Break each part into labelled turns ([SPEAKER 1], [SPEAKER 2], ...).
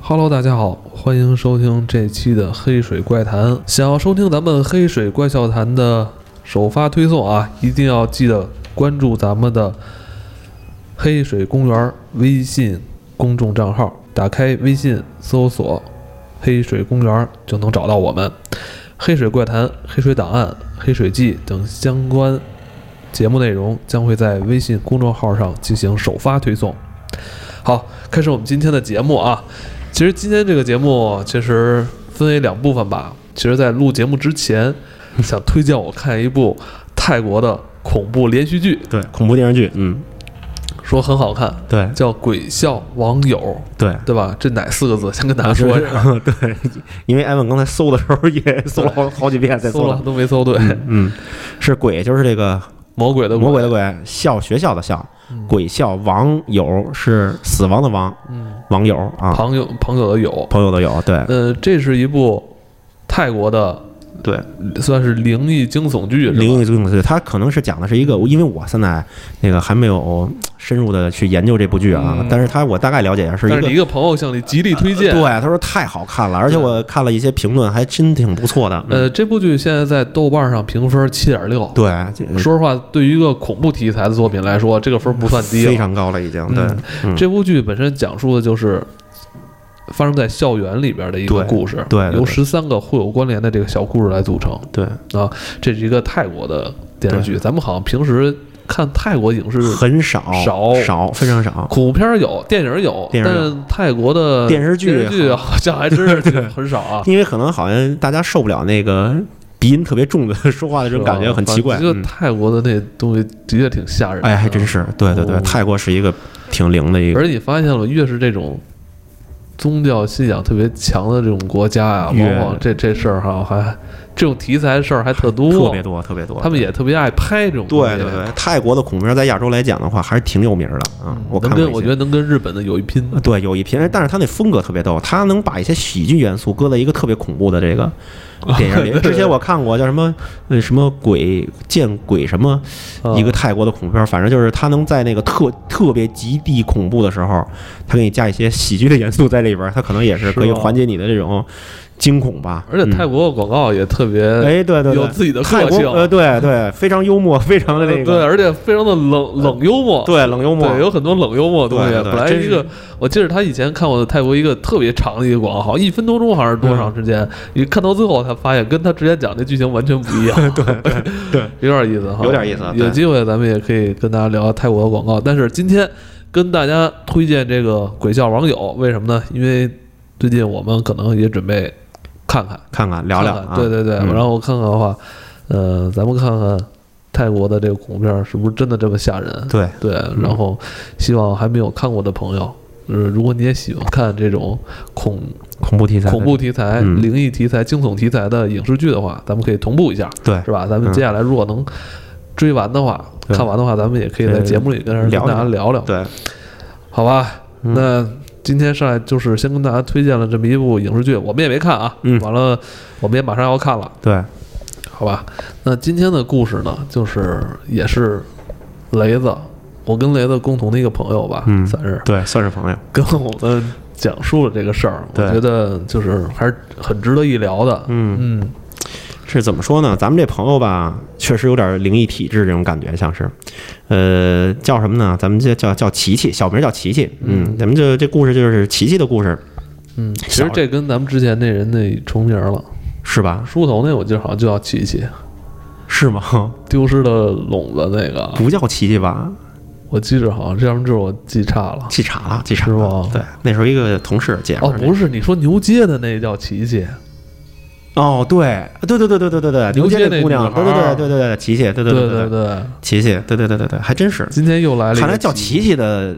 [SPEAKER 1] Hello，大家好，欢迎收听这期的《黑水怪谈》。想要收听咱们《黑水怪笑谈》的首发推送啊，一定要记得关注咱们的黑水公园微信公众账号，打开微信搜索“黑水公园”就能找到我们。黑水怪谈、黑水档案、黑水记等相关节目内容将会在微信公众号上进行首发推送。好，开始我们今天的节目啊。其实今天这个节目其实分为两部分吧。其实，在录节目之 前，想推荐我看一部泰国的恐怖连续剧，
[SPEAKER 2] 对，恐怖电视剧，嗯，
[SPEAKER 1] 说很好看，
[SPEAKER 2] 对
[SPEAKER 1] 叫《鬼笑网友》，
[SPEAKER 2] 对，
[SPEAKER 1] 对吧？这哪四个字？先跟大家说一下，
[SPEAKER 2] 下，对，因为艾文刚才搜的时候也搜了好好几遍，再
[SPEAKER 1] 搜
[SPEAKER 2] 搜
[SPEAKER 1] 了。都没搜对。
[SPEAKER 2] 嗯，嗯是鬼，就是这个
[SPEAKER 1] 魔鬼的
[SPEAKER 2] 魔鬼的鬼，校学校的校，
[SPEAKER 1] 鬼，
[SPEAKER 2] 鬼校网友是死亡的亡，
[SPEAKER 1] 嗯，
[SPEAKER 2] 网友啊，
[SPEAKER 1] 朋友朋友的友，
[SPEAKER 2] 朋友的友，对
[SPEAKER 1] 呃，这是一部泰国的，
[SPEAKER 2] 对，
[SPEAKER 1] 算是灵异惊悚剧，是吧
[SPEAKER 2] 灵异剧对，它可能是讲的是一个，因为我现在那个还没有深入的去研究这部剧啊
[SPEAKER 1] 嗯，
[SPEAKER 2] 但是它我大概了解一下是一
[SPEAKER 1] 但是
[SPEAKER 2] 个
[SPEAKER 1] 你一。个朋友向你极力推荐
[SPEAKER 2] 对，，他说太好看了，而且我看了一些评论，还真挺不错的。嗯
[SPEAKER 1] 呃，这部剧现在在豆瓣上评分七点六，
[SPEAKER 2] 对，这
[SPEAKER 1] 说实话，对于一个恐怖题材的作品来说，这个分儿不算低
[SPEAKER 2] 非
[SPEAKER 1] 了。
[SPEAKER 2] 常高了，已经。
[SPEAKER 1] 嗯
[SPEAKER 2] 对，嗯
[SPEAKER 1] 这部剧本身讲述的就是发生在校园里边的一个
[SPEAKER 2] 对
[SPEAKER 1] 故事，
[SPEAKER 2] 对对对
[SPEAKER 1] 由十三个互有关联的这个小故事来组成。
[SPEAKER 2] 对，
[SPEAKER 1] 这是一个泰国的电视剧，咱们好像平时看泰国影视
[SPEAKER 2] 很少
[SPEAKER 1] 少
[SPEAKER 2] 少非常少。
[SPEAKER 1] 恐怖片儿有，电影儿有，
[SPEAKER 2] 电影儿有
[SPEAKER 1] 但泰国的
[SPEAKER 2] 电视剧
[SPEAKER 1] 电视剧好像还真是很少啊。
[SPEAKER 2] 因为可能好像大家受不了那个鼻音特别重的说话的这种感觉，很奇怪。
[SPEAKER 1] 就
[SPEAKER 2] 嗯
[SPEAKER 1] 泰国的那东西的确挺吓人的。
[SPEAKER 2] 哎，还真是，对对对
[SPEAKER 1] 哦，
[SPEAKER 2] 泰国是一个挺灵的一个，
[SPEAKER 1] 而且你发现了，越是这种宗教信仰特别强的这种国家啊，
[SPEAKER 2] 越
[SPEAKER 1] 往往这这事儿哈，还这种题材的事儿还特多，
[SPEAKER 2] 特别多，特别多。
[SPEAKER 1] 他们也特别爱拍这种东
[SPEAKER 2] 对
[SPEAKER 1] 西啊
[SPEAKER 2] 对对，泰国的恐怖片在亚洲来讲的话，还是挺有名的啊
[SPEAKER 1] 嗯。
[SPEAKER 2] 我看
[SPEAKER 1] 能
[SPEAKER 2] 过
[SPEAKER 1] 跟
[SPEAKER 2] 一
[SPEAKER 1] 我觉
[SPEAKER 2] 些。啊呃
[SPEAKER 1] 得能跟日本的有一拼。
[SPEAKER 2] 对，有一批，但是他那风格特别逗，他能把一些喜剧元素搁在一个特别恐怖的这
[SPEAKER 1] 嗯
[SPEAKER 2] 个 电影里。
[SPEAKER 1] 对
[SPEAKER 2] 之前我看过叫什么呃什么鬼见鬼什么一个
[SPEAKER 1] 啊
[SPEAKER 2] 泰国的恐怖片，反正就是他能在那个特特别极地恐怖的时候，他给你加一些喜剧的元素在里边儿，他可能也是
[SPEAKER 1] 是
[SPEAKER 2] 可以
[SPEAKER 1] 吗
[SPEAKER 2] 缓解你的这种惊恐吧。
[SPEAKER 1] 而且泰
[SPEAKER 2] 国，
[SPEAKER 1] 国的广告也特别
[SPEAKER 2] 嗯哎，对对
[SPEAKER 1] 有
[SPEAKER 2] 对，
[SPEAKER 1] 自己的
[SPEAKER 2] 泰
[SPEAKER 1] 个
[SPEAKER 2] 国
[SPEAKER 1] 性，啊
[SPEAKER 2] 呃，对对，非常幽默，非常的那
[SPEAKER 1] 对，
[SPEAKER 2] 个，
[SPEAKER 1] 而且非常的冷冷幽默，
[SPEAKER 2] 对冷幽默，
[SPEAKER 1] 对，有很多冷幽默的东西。啊
[SPEAKER 2] 对对对
[SPEAKER 1] 本来
[SPEAKER 2] 真
[SPEAKER 1] 一个
[SPEAKER 2] 是，
[SPEAKER 1] 我记得他以前看过的泰国一个特别长的一个广告，好像一分多钟还是多
[SPEAKER 2] 嗯
[SPEAKER 1] 长时间？你看到最后才发现，跟他之前讲的剧情完全不一样。对对
[SPEAKER 2] 对，
[SPEAKER 1] 有点意思哈，
[SPEAKER 2] 有点意思啊对
[SPEAKER 1] 有机会咱们也可以跟大家聊泰国的广告，但是今天跟大家推荐这个《鬼笑网友》，为什么呢？因为最近我们可能也准备看看
[SPEAKER 2] 看看聊聊
[SPEAKER 1] 看看
[SPEAKER 2] 啊，
[SPEAKER 1] 对对对。
[SPEAKER 2] 嗯
[SPEAKER 1] 然后我看看的话，呃，咱们看看泰国的这个恐怖片儿是不是真的这么吓人？
[SPEAKER 2] 对
[SPEAKER 1] 对，然后希望还没有看过的朋友，就是如果你也喜欢看这种恐
[SPEAKER 2] 恐怖题材，
[SPEAKER 1] 恐怖题材、
[SPEAKER 2] 嗯
[SPEAKER 1] 灵异题材、惊悚题材的影视剧的话，咱们可以同步一下，
[SPEAKER 2] 对
[SPEAKER 1] 是吧？咱们
[SPEAKER 2] 嗯
[SPEAKER 1] 接下来如果能追完的话，
[SPEAKER 2] 对
[SPEAKER 1] 看完的话，咱们也可以在
[SPEAKER 2] 对
[SPEAKER 1] 节目里跟人
[SPEAKER 2] 聊
[SPEAKER 1] 跟大家聊聊，
[SPEAKER 2] 对
[SPEAKER 1] 好吧？
[SPEAKER 2] 嗯
[SPEAKER 1] 那今天上来就是先跟大家推荐了这么一部影视剧，我们也没看啊，
[SPEAKER 2] 嗯
[SPEAKER 1] 完了我们也马上要看了，
[SPEAKER 2] 对，
[SPEAKER 1] 好吧？那今天的故事呢，就是也是雷子，我跟雷子共同的一个朋友吧，
[SPEAKER 2] 嗯
[SPEAKER 1] 算是
[SPEAKER 2] 对，算是朋友，
[SPEAKER 1] 跟我们讲述了这个事儿，我
[SPEAKER 2] 对
[SPEAKER 1] 觉得就是还是很值得一聊的。
[SPEAKER 2] 嗯，
[SPEAKER 1] 嗯，
[SPEAKER 2] 是怎么说呢？咱们这朋友吧，确实有点灵异体质这种感觉，像是，呃，叫什么呢？咱们这叫叫琪琪，小名叫琪琪。嗯，咱们这这故事就是琪琪的故事，
[SPEAKER 1] 嗯，其实
[SPEAKER 2] 小
[SPEAKER 1] 这跟咱们之前那人那重名了，
[SPEAKER 2] 是吧？
[SPEAKER 1] 梳头那我记得好像就叫琪琪，
[SPEAKER 2] 是吗？
[SPEAKER 1] 丢失的笼子那个，
[SPEAKER 2] 不叫琪琪吧？
[SPEAKER 1] 我记着好像这要不就是我记差了。
[SPEAKER 2] 记岔了，记岔
[SPEAKER 1] 是吗
[SPEAKER 2] 了。对，那时候一个同事姐们
[SPEAKER 1] 哦，
[SPEAKER 2] 儿
[SPEAKER 1] 不是，你说牛街的那叫琪琪，
[SPEAKER 2] 哦，对，对对对对对对对，
[SPEAKER 1] 牛
[SPEAKER 2] 牛
[SPEAKER 1] 街
[SPEAKER 2] 街
[SPEAKER 1] 那
[SPEAKER 2] 那姑娘，
[SPEAKER 1] 女孩
[SPEAKER 2] 对对
[SPEAKER 1] 儿
[SPEAKER 2] 对对对对，琪琪，对对
[SPEAKER 1] 对
[SPEAKER 2] 对，
[SPEAKER 1] 对，
[SPEAKER 2] 琪琪，对对对对对，还真是。
[SPEAKER 1] 今天又来了一个，
[SPEAKER 2] 看来叫琪琪的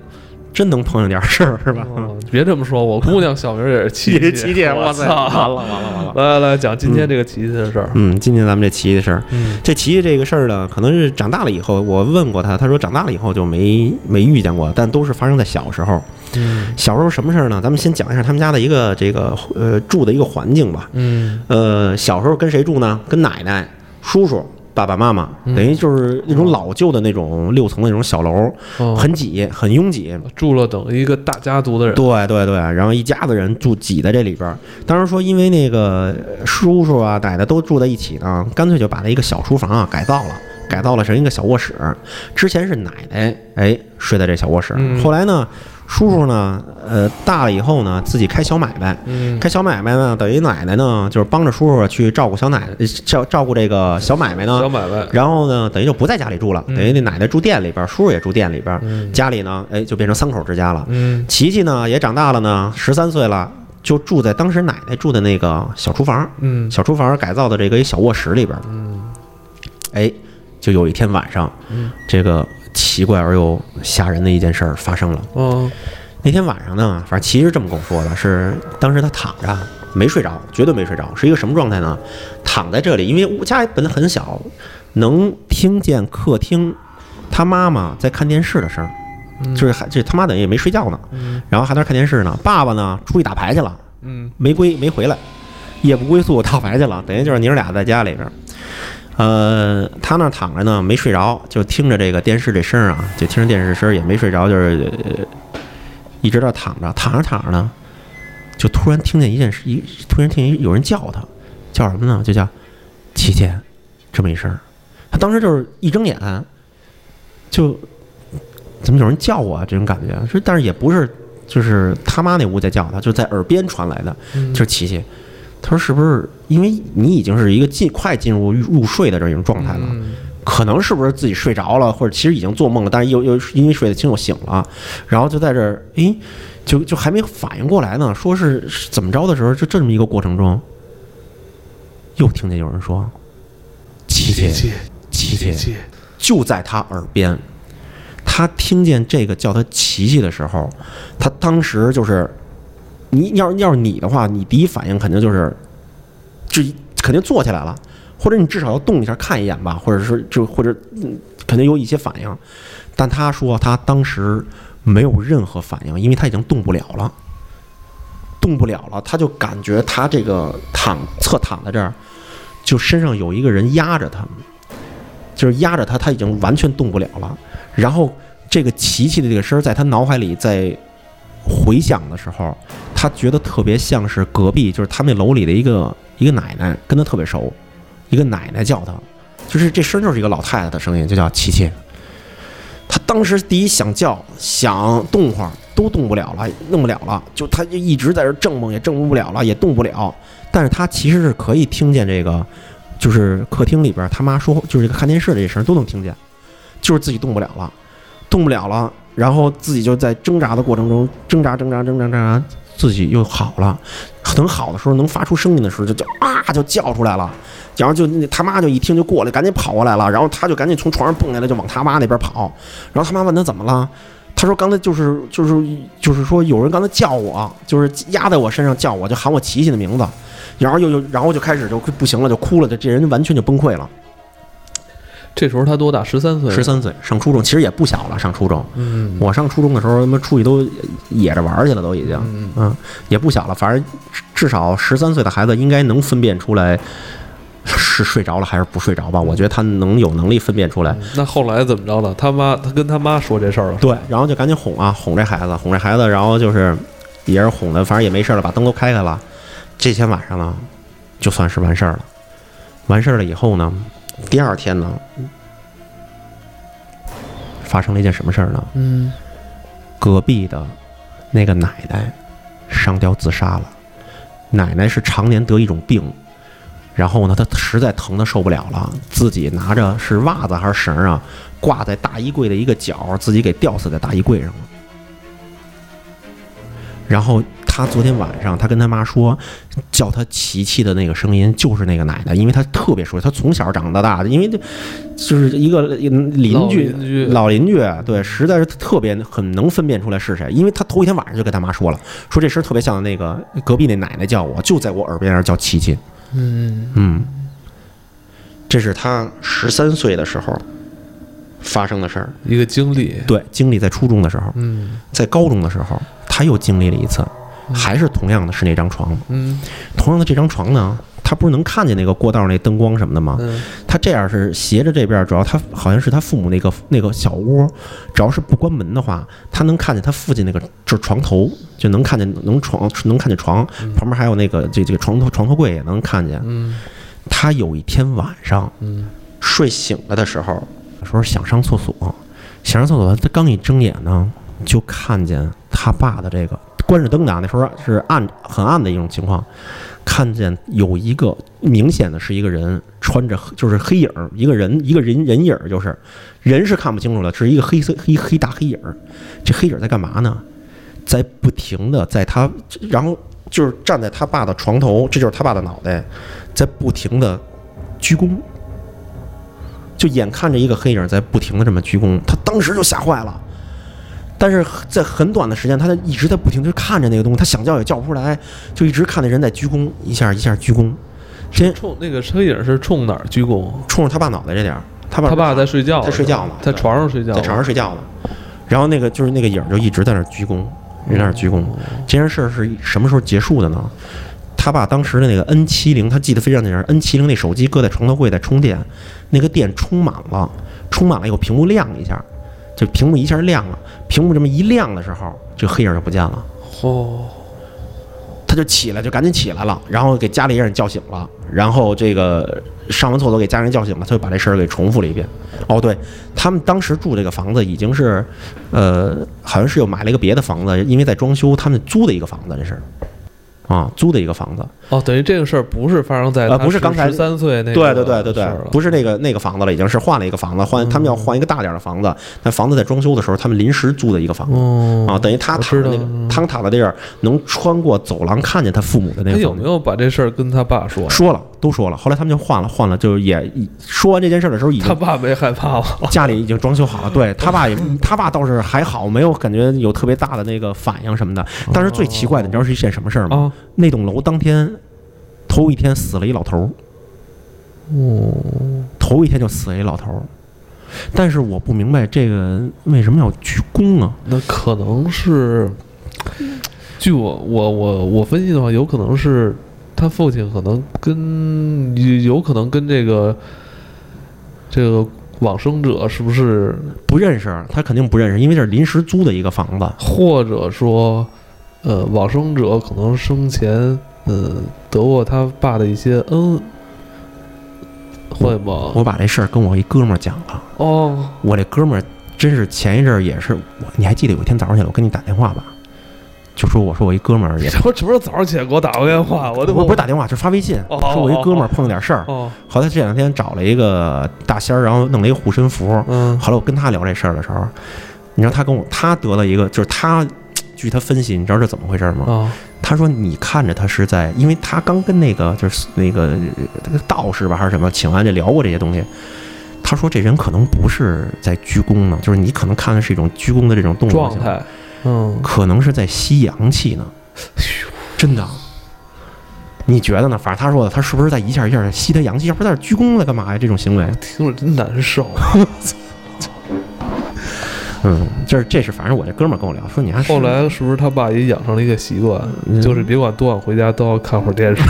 [SPEAKER 2] 真能碰上点事儿，是吧？
[SPEAKER 1] 哦。别这么说，我姑娘小名也是琪
[SPEAKER 2] 嗯也是
[SPEAKER 1] 琪
[SPEAKER 2] 琪，琪，
[SPEAKER 1] 我
[SPEAKER 2] 哇塞，完了
[SPEAKER 1] 操！
[SPEAKER 2] 完了完了。
[SPEAKER 1] 来来来，讲今天这个琪琪的事儿。
[SPEAKER 2] 嗯，今天咱们这奇异的事儿，
[SPEAKER 1] 嗯
[SPEAKER 2] 这奇异这个事儿呢，可能是长大了以后，我问过他，他说长大了以后就没没遇见过，但都是发生在小时候。
[SPEAKER 1] 嗯
[SPEAKER 2] 小时候什么事儿呢？咱们先讲一下他们家的一个这个呃住的一个环境吧。
[SPEAKER 1] 嗯
[SPEAKER 2] 呃，小时候跟谁住呢？跟奶奶、叔叔、爸爸妈妈，
[SPEAKER 1] 嗯
[SPEAKER 2] 等于就是那种老旧的那种六层的那种小楼，
[SPEAKER 1] 哦
[SPEAKER 2] 很挤，很拥挤。
[SPEAKER 1] 住了等于一个大家族的人，
[SPEAKER 2] 对对对，然后一家子人住挤在这里边儿。当时说，因为那个呃叔叔啊、奶奶都住在一起呢，干脆就把那一个小书房啊改造了，改造了成一个小卧室。之前是奶奶哎睡在这小卧室，
[SPEAKER 1] 嗯
[SPEAKER 2] 后来呢，叔叔呢，呃，大了以后呢，自己开小买卖。
[SPEAKER 1] 嗯，
[SPEAKER 2] 开小买卖呢，等于奶奶呢，就是帮着叔叔去照顾小奶，呃照照顾这个小买卖呢，
[SPEAKER 1] 小买卖，
[SPEAKER 2] 然后呢，等于就不在家里住了，
[SPEAKER 1] 嗯
[SPEAKER 2] 等于那奶奶住店里边，叔叔也住店里边，
[SPEAKER 1] 嗯
[SPEAKER 2] 家里呢，哎，就变成三口之家了。
[SPEAKER 1] 嗯
[SPEAKER 2] 琪琪呢也长大了呢，十三岁了，就住在当时奶奶住的那个小厨房，
[SPEAKER 1] 嗯
[SPEAKER 2] 小厨房改造的这个一小卧室里边。
[SPEAKER 1] 嗯
[SPEAKER 2] 哎，就有一天晚上，
[SPEAKER 1] 嗯
[SPEAKER 2] 这个奇怪而又吓人的一件事儿发生了。
[SPEAKER 1] 哦
[SPEAKER 2] 那天晚上呢，反正琪琪是这么跟我说的，是当时他躺着没睡着，绝对没睡着，是一个什么状态呢？躺在这里，因为屋家里本来很小，能听见客厅他妈妈在看电视的声儿，
[SPEAKER 1] 嗯
[SPEAKER 2] 就是还这他妈等于也没睡觉呢，
[SPEAKER 1] 嗯
[SPEAKER 2] 然后还在那儿看电视呢。爸爸呢出去打牌去了，
[SPEAKER 1] 嗯
[SPEAKER 2] 没归没回来，夜不归宿打牌去了，等于就是娘儿俩在家里边儿。呃，他那儿躺着呢，没睡着，就听着这个电视这声儿啊，就听着电视声儿也没睡着，就是、呃、一直到躺着，躺着躺着呢，就突然听见一件事，一突然听见有人叫他，叫什么呢？就叫琪琪，这么一声儿。他当时就是一睁眼，就怎么有人叫我、啊、这种感觉，是但是也不是，就是他妈那屋在叫他，就在耳边传来的。
[SPEAKER 1] 嗯
[SPEAKER 2] 就是琪琪，他说是不是因为你已经是一个进快进入入睡的这么一种状态了，
[SPEAKER 1] 嗯
[SPEAKER 2] 可能是不是自己睡着了，或者其实已经做梦了，但是又又因为睡得轻又醒了，然后就在这儿，诶，就就还没反应过来呢，说是是怎么着的时候，就这么一个过程中，又听见有人说：“琪
[SPEAKER 1] 琪
[SPEAKER 2] 琪，
[SPEAKER 1] 琪
[SPEAKER 2] 琪
[SPEAKER 1] 琪
[SPEAKER 2] 琪。”就在他耳边，他听见这个叫他琪琪的时候，他当时就是，你要要是你的话，你第一反应肯定就是，就肯定坐起来了，或者你至少要动一下看一眼吧，或者是就或者、嗯、肯定有一些反应，但他说他当时没有任何反应，因为他已经动不了了。动不了了，他就感觉他这个躺侧躺在这儿，就身上有一个人压着他，就是压着他，他已经完全动不了了。然后这个琪琪的这个声儿在他脑海里在回响的时候，他觉得特别像是隔壁，就是他们那楼里的一个一个奶奶，跟他特别熟，一个奶奶叫他，就是这声儿就是一个老太太的声音，就叫琪琪。他当时第一想叫，想动会儿都动不了了，弄不了了，就他就一直在这儿挣梦，也挣不了了，也动不了。但是他其实是可以听见这个，就是客厅里边儿他妈说，就是这个看电视的这声儿都能听见，就是自己动不了了，动不了了，然后自己就在挣扎的过程中挣扎挣扎挣扎挣扎，自己又好了，等好的时候能发出声音的时候就叫啊就叫出来了，然后就那他妈就一听就过来，赶紧跑过来了，然后他就赶紧从床上蹦下来就往他妈那边跑，然后他妈问他怎么了。他说：“刚才就是就是就是说，有人刚才叫我，就是压在我身上叫我，就喊我琪琪的名字，然后又又然后就开始就不行了，就哭了，这这人完全就崩溃了。
[SPEAKER 1] 这时候他多大？十三岁，
[SPEAKER 2] 十，三岁上初中，其实也不小了，上初中。
[SPEAKER 1] 嗯
[SPEAKER 2] 我上初中的时候，他妈出去都野着玩儿去了，都已经，
[SPEAKER 1] 嗯
[SPEAKER 2] 嗯，也不小了。反正至至少十三岁的孩子应该能分辨出来是睡着了还是不睡着吧？我觉得他能有能力分辨出来。
[SPEAKER 1] 嗯那后来怎么着了？他妈，他跟他妈说这事儿了，
[SPEAKER 2] 对，然后就赶紧哄啊，哄这孩子，哄这孩子，然后就是也是哄的，反正也没事了，把灯都开开了。这天晚上呢，就算是完事儿了。完事儿了以后呢，第二天呢，发生了一件什么事儿呢？
[SPEAKER 1] 嗯，
[SPEAKER 2] 隔壁的那个奶奶上吊自杀了。奶奶是常年得一种病，然后呢，她实在疼的受不了了，自己拿着是袜子还是绳儿啊，挂在大衣柜的一个角，自己给吊死在大衣柜上了。然后她昨天晚上，她跟她妈说，叫她琪琪的那个声音就是那个奶奶，因为她特别熟悉，她从小长到大的，因为这就是一个邻
[SPEAKER 1] 老
[SPEAKER 2] 居
[SPEAKER 1] 邻居
[SPEAKER 2] 老邻居，对，实在是特别很能分辨出来是谁，因为他头一天晚上就跟他妈说了，说这声儿特别像那个隔壁那奶奶叫我，就在我耳边那儿叫琪琪。
[SPEAKER 1] 嗯
[SPEAKER 2] 嗯，这是他十三岁的时候发生的事儿。
[SPEAKER 1] 一个经历，
[SPEAKER 2] 对，经历在初中的时候，
[SPEAKER 1] 嗯
[SPEAKER 2] 在高中的时候，他又经历了一次，还是同样的是那张床，
[SPEAKER 1] 嗯
[SPEAKER 2] 同样的这张床呢，他不是能看见那个过道那灯光什么的吗？
[SPEAKER 1] 嗯
[SPEAKER 2] 他这样是斜着这边，主要他好像是他父母那个那个小窝，只要是不关门的话，他能看见他父亲那个就是床头，就能看见能床 能看见床旁边还有那个这这个床头床头柜也能看见。
[SPEAKER 1] 嗯
[SPEAKER 2] 他有一天晚上
[SPEAKER 1] 嗯
[SPEAKER 2] 睡醒了的时候，说想上厕所，想上厕所，他刚一睁眼呢，就看见他爸的这个关着灯的啊，那时候是暗很暗的一种情况，看见有一个明显的是一个人穿着黑就是黑影儿，一个人一个人人影儿，就是人是看不清楚了，是一个黑色黑黑大黑影儿。这黑影儿在干嘛呢？在不停的在他，然后就是站在他爸的床头，这就是他爸的脑袋，在不停的鞠躬。就眼看着一个黑影在不停的这么鞠躬，他当时就吓坏了。但是在很短的时间，他在一直在不停的看着那个东西，他想叫也叫不出来，就一直看那人在鞠躬，一下一下鞠躬，先
[SPEAKER 1] 冲那个车影是冲哪儿鞠躬？
[SPEAKER 2] 冲着他爸脑袋这点儿，他爸
[SPEAKER 1] 他爸在睡觉，
[SPEAKER 2] 在睡觉呢，
[SPEAKER 1] 在床上睡觉，
[SPEAKER 2] 在床上睡觉呢。然后那个就是那个影儿就一直在那儿鞠躬，一直在那儿鞠
[SPEAKER 1] 嗯
[SPEAKER 2] 躬。这件事儿是什么时候结束的呢？他把当时的那个 N 7 0他记得非常清楚，N 7 0那手机搁在床头柜在充电，那个电充满了，充满了以后屏幕亮一下，就屏幕一下亮了，屏幕这么一亮的时候，这个黑影就不见了。
[SPEAKER 1] 哦，
[SPEAKER 2] 他就起来，就赶紧起来了，然后给家里人叫醒了，然后这个上完厕所给家人叫醒了，他就把这事儿给重复了一遍。哦，对，他们当时住这个房子已经是，呃，好像是又买了一个别的房子，因为在装修，他们租的一个房子，这是，啊，租的一个房子。
[SPEAKER 1] 哦，等于这个事儿不是发生在
[SPEAKER 2] 呃不是刚才
[SPEAKER 1] 十三岁那个
[SPEAKER 2] 对对对对对
[SPEAKER 1] 事儿了，
[SPEAKER 2] 不是那个那个房子了，已经是换了一个房子，换他们要换一个大点儿的房子，但房子在装修的时候，他们临时租的一个房子。
[SPEAKER 1] 哦
[SPEAKER 2] 啊，等于他
[SPEAKER 1] 我
[SPEAKER 2] 躺
[SPEAKER 1] 知道
[SPEAKER 2] 的那个，他躺的地儿能穿过走廊看见他父母的那
[SPEAKER 1] 他
[SPEAKER 2] 个嗯
[SPEAKER 1] 有
[SPEAKER 2] 房子
[SPEAKER 1] 没。有把这事儿跟他爸说呀？
[SPEAKER 2] 说了，都说了。后来他们就换了，换了，就是也说完这件事儿的时候，已
[SPEAKER 1] 他
[SPEAKER 2] 经
[SPEAKER 1] 爸没害怕吗？
[SPEAKER 2] 家里已经装修好了。 对他爸也，他爸倒是还好，没有感觉有特别大的那个反应什么的。但是最奇怪的，你知道是一件什么事儿吗？
[SPEAKER 1] 啊，
[SPEAKER 2] 那栋楼当天头一天死了一老头儿，
[SPEAKER 1] 哦，
[SPEAKER 2] 头一天就死了一老头儿。但是我不明白这个为什么要鞠躬啊？
[SPEAKER 1] 那可能是，据我我我我分析的话，有可能是他父亲可能跟有有可能跟这个这个往生者是不是，
[SPEAKER 2] 不认识，他肯定不认识，因为这是临时租的一个房子。
[SPEAKER 1] 或者说，呃，往生者可能生前呃得过他爸的一些恩，会吗？
[SPEAKER 2] 我把这事儿跟我一哥们儿讲了。
[SPEAKER 1] 哦，
[SPEAKER 2] 我这哥们儿真是前一阵儿也是，我你还记得有一天早上起来我跟你打电话吧？就说我说我一哥们儿也
[SPEAKER 1] 什么什么时候早上起来给我打过电话？ 我都
[SPEAKER 2] 我不是打电话，就发微信，
[SPEAKER 1] 哦
[SPEAKER 2] 说我一哥们儿碰了点事儿。
[SPEAKER 1] 哦，
[SPEAKER 2] 后来这两天找了一个大仙儿，然后弄了一个护身符。
[SPEAKER 1] 嗯
[SPEAKER 2] 后来我跟他聊这事儿的时候，你知道他跟我他得了一个，就是他据他分析，你知道这怎么回事吗？
[SPEAKER 1] 啊
[SPEAKER 2] 他说你看着他是在，因为他刚跟那个就是那个那个道士吧还是什么请安这聊过这些东西。他说这人可能不是在鞠躬呢，就是你可能看的是一种鞠躬的这种动作
[SPEAKER 1] 状，态，嗯，哎
[SPEAKER 2] 可能是在吸阳气呢。真的，你觉得呢？反正他说的，他是不是在一下一下地吸他阳气？要不在这鞠躬了干嘛呀？这种行为，
[SPEAKER 1] 听着真难受。啊
[SPEAKER 2] 嗯，这是这是，反正我这哥们儿跟我聊说你还是
[SPEAKER 1] 后来是不是他爸也养成了一个习惯，就是别管多晚回家都要看会儿 电视，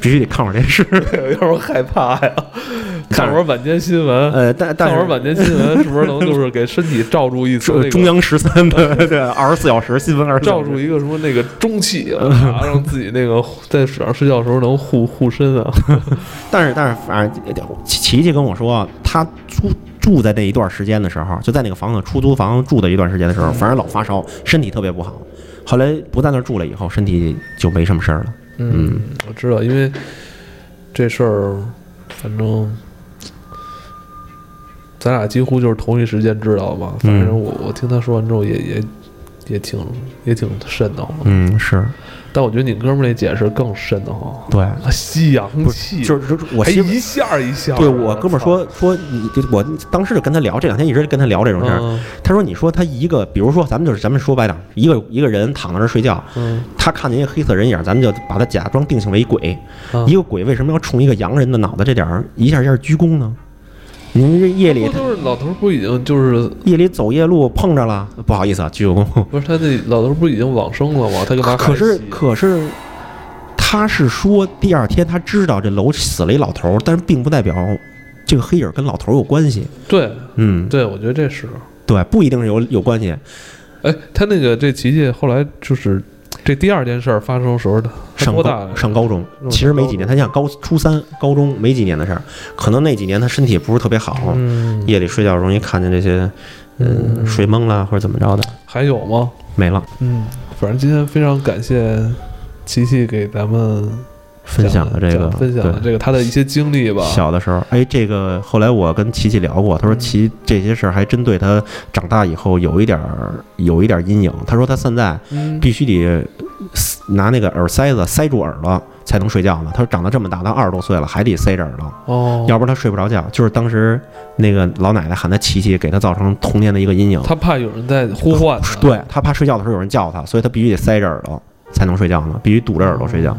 [SPEAKER 2] 必须得看会儿电视，
[SPEAKER 1] 要不然害怕呀。看会儿晚间新闻，
[SPEAKER 2] 呃，但但
[SPEAKER 1] 看会
[SPEAKER 2] 是
[SPEAKER 1] 儿晚间新闻，是不是能就是给身体罩住一层
[SPEAKER 2] 中
[SPEAKER 1] 那
[SPEAKER 2] 中
[SPEAKER 1] 个？
[SPEAKER 2] 央十三的对二十四小时新闻二十四
[SPEAKER 1] 罩
[SPEAKER 2] 小时
[SPEAKER 1] 住一个什么那个中气啊，让自己那个在水上睡觉的时候能护护身啊。
[SPEAKER 2] 但是但是反正呃琪琪琪跟我说，他租住在那一段时间的时候，就在那个房子出租房住的一段时间的时候，反正老发烧，身体特别不好。后来不在那儿住了以后，身体就没什么事儿了。
[SPEAKER 1] 嗯，我知道，因为这事儿，反正咱俩几乎就是同一时间知道嘛。反正我我听他说完之后也，也也挺也挺瘆得慌。
[SPEAKER 2] 嗯，是
[SPEAKER 1] 但我觉得你哥们儿那解释更瘆得慌，
[SPEAKER 2] 对，
[SPEAKER 1] 啊吸阳气，
[SPEAKER 2] 就是就是我
[SPEAKER 1] 还
[SPEAKER 2] 媳妇。
[SPEAKER 1] 哎一下儿一下儿的。
[SPEAKER 2] 对我哥们儿
[SPEAKER 1] 操，
[SPEAKER 2] 说说你，就我当时就跟他聊，这两天一直跟他聊这种事儿。
[SPEAKER 1] 嗯
[SPEAKER 2] 他说：“你说他一个，比如说咱们就是咱们说白点，一个一个人躺在那儿睡觉，
[SPEAKER 1] 嗯
[SPEAKER 2] 他看见一个黑色人影，咱们就把他假装定性为鬼。
[SPEAKER 1] 啊
[SPEAKER 2] 一个鬼为什么要冲一个洋人的脑袋这点儿一下一下鞠躬呢？您这夜里
[SPEAKER 1] 不都是老头儿不已经就是
[SPEAKER 2] 夜里走夜路碰着了，不好意 思啊，鞠个躬。
[SPEAKER 1] 不是他那老头儿不已经往生了吗？他干嘛还
[SPEAKER 2] 可是
[SPEAKER 1] 吸
[SPEAKER 2] 可是，他是说第二天他知道这楼死了一老头儿，但是并不代表这个黑影跟老头儿有关系。
[SPEAKER 1] 对
[SPEAKER 2] 嗯，
[SPEAKER 1] 对，我觉得这是。
[SPEAKER 2] 对，不一定是有有关系。
[SPEAKER 1] 哎，他那个这琪琪后来就是这第二件事儿发生的时候，他他
[SPEAKER 2] 上
[SPEAKER 1] 多
[SPEAKER 2] 高
[SPEAKER 1] 大呀？
[SPEAKER 2] 上高中，
[SPEAKER 1] 嗯
[SPEAKER 2] 其实没
[SPEAKER 1] 高
[SPEAKER 2] 几年，
[SPEAKER 1] 中
[SPEAKER 2] 他想高初三、高中没几年的事儿，可能那几年他身体也不是特别好，
[SPEAKER 1] 嗯，
[SPEAKER 2] 夜里睡觉容易看见这些，嗯，
[SPEAKER 1] 嗯
[SPEAKER 2] 睡懵了或者怎么着的，
[SPEAKER 1] 还有吗？
[SPEAKER 2] 没了。
[SPEAKER 1] 嗯，反正今天非常感谢琪琪给咱们
[SPEAKER 2] 分享的
[SPEAKER 1] 的
[SPEAKER 2] 这个，
[SPEAKER 1] 分享的
[SPEAKER 2] 对，
[SPEAKER 1] 这个他的一些经历吧。
[SPEAKER 2] 小的时候，哎，这个后来我跟琪琪聊过，他说
[SPEAKER 1] 嗯
[SPEAKER 2] 琪这些事儿还真对他长大以后有一点儿有一点儿阴影。他说他现在
[SPEAKER 1] 嗯，
[SPEAKER 2] 必须得撕拿那个耳塞子塞住耳朵才能睡觉呢。他说长到这么大，他二十多岁了还得塞着耳朵，
[SPEAKER 1] 哦，
[SPEAKER 2] 要不然他睡不着觉。就是当时那个老奶奶喊他琪琪，给他造成童年的一个阴影。
[SPEAKER 1] 他怕有人在呼唤他，
[SPEAKER 2] 对他怕睡觉的时候有人叫他，所以他必须得塞着耳朵才能睡觉呢，必须堵着耳朵睡
[SPEAKER 1] 哦
[SPEAKER 2] 觉。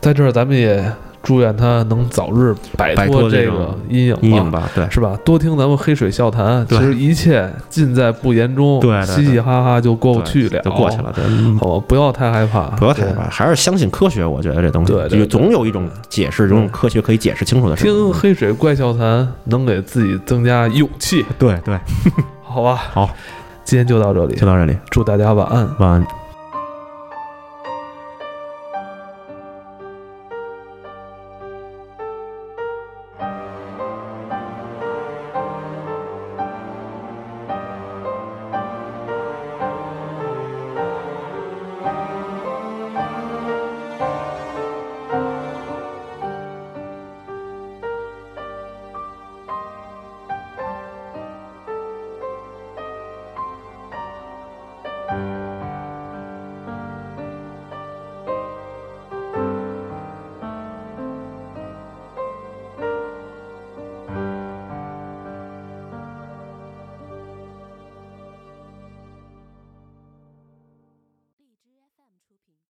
[SPEAKER 1] 在这儿咱们也祝愿他能早日摆
[SPEAKER 2] 摆
[SPEAKER 1] 脱
[SPEAKER 2] 脱
[SPEAKER 1] 这个
[SPEAKER 2] 这种
[SPEAKER 1] 阴影
[SPEAKER 2] 阴影
[SPEAKER 1] 吧。
[SPEAKER 2] 吧，对。
[SPEAKER 1] 是吧？多听咱们黑水笑谈，其
[SPEAKER 2] 对
[SPEAKER 1] 实一切尽在不言中，
[SPEAKER 2] 对对对
[SPEAKER 1] 嘻嘻哈哈就过去了，
[SPEAKER 2] 就过去，了，对，
[SPEAKER 1] 好吧？不要太害怕，
[SPEAKER 2] 不要太害怕，还是相信科学。我觉得这东西，
[SPEAKER 1] 啊对对
[SPEAKER 2] 就
[SPEAKER 1] 对
[SPEAKER 2] 总有一种解释，这种科学可以解释清楚的事。
[SPEAKER 1] 听黑水怪笑谈能给自己增加勇气，
[SPEAKER 2] 对对，
[SPEAKER 1] 好吧？
[SPEAKER 2] 好，
[SPEAKER 1] 今天就到这里
[SPEAKER 2] 就，到这里，
[SPEAKER 1] 祝大家晚安。
[SPEAKER 2] 晚安。